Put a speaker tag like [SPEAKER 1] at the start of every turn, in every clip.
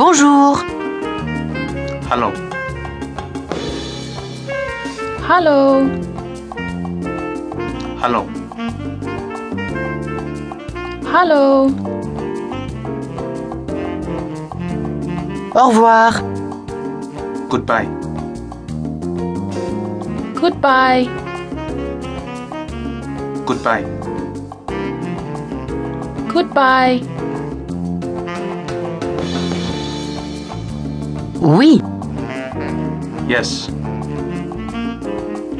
[SPEAKER 1] Bonjour.
[SPEAKER 2] Hello.
[SPEAKER 3] Hallo.
[SPEAKER 2] Hello.
[SPEAKER 3] Hallo.
[SPEAKER 1] Au revoir.
[SPEAKER 2] Goodbye.
[SPEAKER 3] Goodbye.
[SPEAKER 2] Goodbye.
[SPEAKER 3] Goodbye.
[SPEAKER 1] Oui.
[SPEAKER 2] Yes.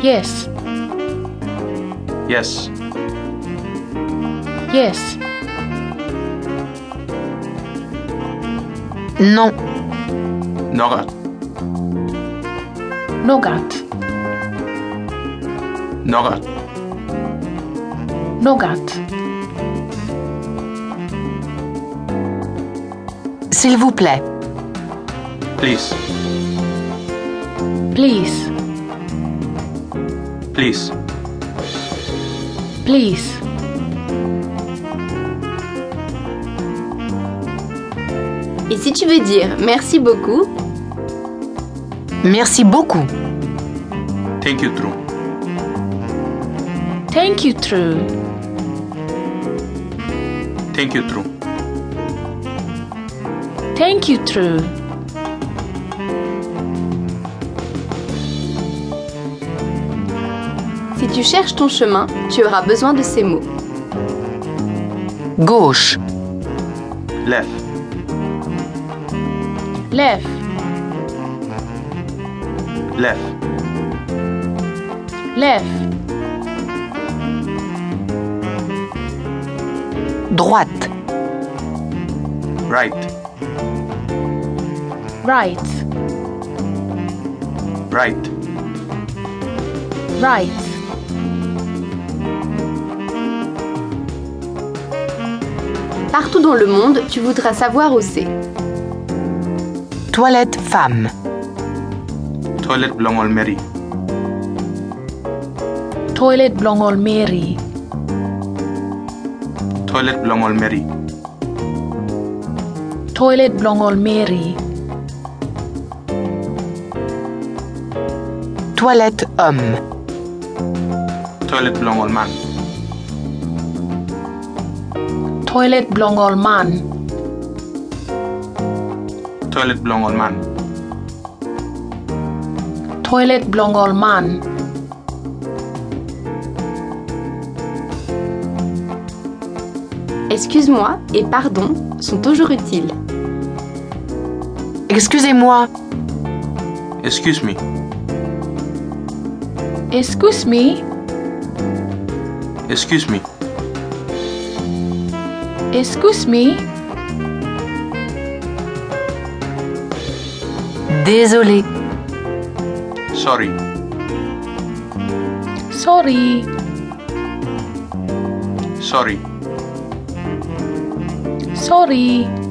[SPEAKER 3] Yes.
[SPEAKER 2] Yes.
[SPEAKER 3] Yes.
[SPEAKER 1] Non.
[SPEAKER 2] Nougat.
[SPEAKER 3] Nougat.
[SPEAKER 2] Nougat.
[SPEAKER 3] Nougat.
[SPEAKER 1] S'il vous plaît.
[SPEAKER 2] Please.
[SPEAKER 3] Please.
[SPEAKER 2] Please.
[SPEAKER 3] Please.
[SPEAKER 4] Et si tu veux dire merci beaucoup,
[SPEAKER 1] Merci beaucoup.
[SPEAKER 2] Thank you, true.
[SPEAKER 3] Thank you, True.
[SPEAKER 2] Thank you, true.
[SPEAKER 3] Thank you, True.
[SPEAKER 4] si tu cherches ton chemin, tu auras besoin de ces mots.
[SPEAKER 1] Gauche.
[SPEAKER 2] Left.
[SPEAKER 3] Left.
[SPEAKER 2] Left.
[SPEAKER 3] Left.
[SPEAKER 1] Droite.
[SPEAKER 2] Right.
[SPEAKER 3] Right.
[SPEAKER 2] Right.
[SPEAKER 3] Right.
[SPEAKER 4] Partout dans le monde, tu voudras savoir où c'est.
[SPEAKER 1] Toilette femme.
[SPEAKER 2] Toilet belong on Mary.
[SPEAKER 3] Toilet Blongol Mary.
[SPEAKER 2] Toilet belong on Mary.
[SPEAKER 3] Toilet Blongol Mary.
[SPEAKER 1] Toilette homme.
[SPEAKER 2] Toilet belong on man.
[SPEAKER 3] Toilet Blongol Man.
[SPEAKER 2] Toilet belong on man.
[SPEAKER 3] Toilet Blongol Man.
[SPEAKER 4] Excuse-moi et pardon sont toujours utiles.
[SPEAKER 1] Excusez-moi.
[SPEAKER 2] Excuse me.
[SPEAKER 3] Excuse me.
[SPEAKER 2] Excuse me.
[SPEAKER 3] Excuse me.
[SPEAKER 1] Désolé.
[SPEAKER 2] Sorry.
[SPEAKER 3] Sorry.
[SPEAKER 2] Sorry.
[SPEAKER 3] Sorry.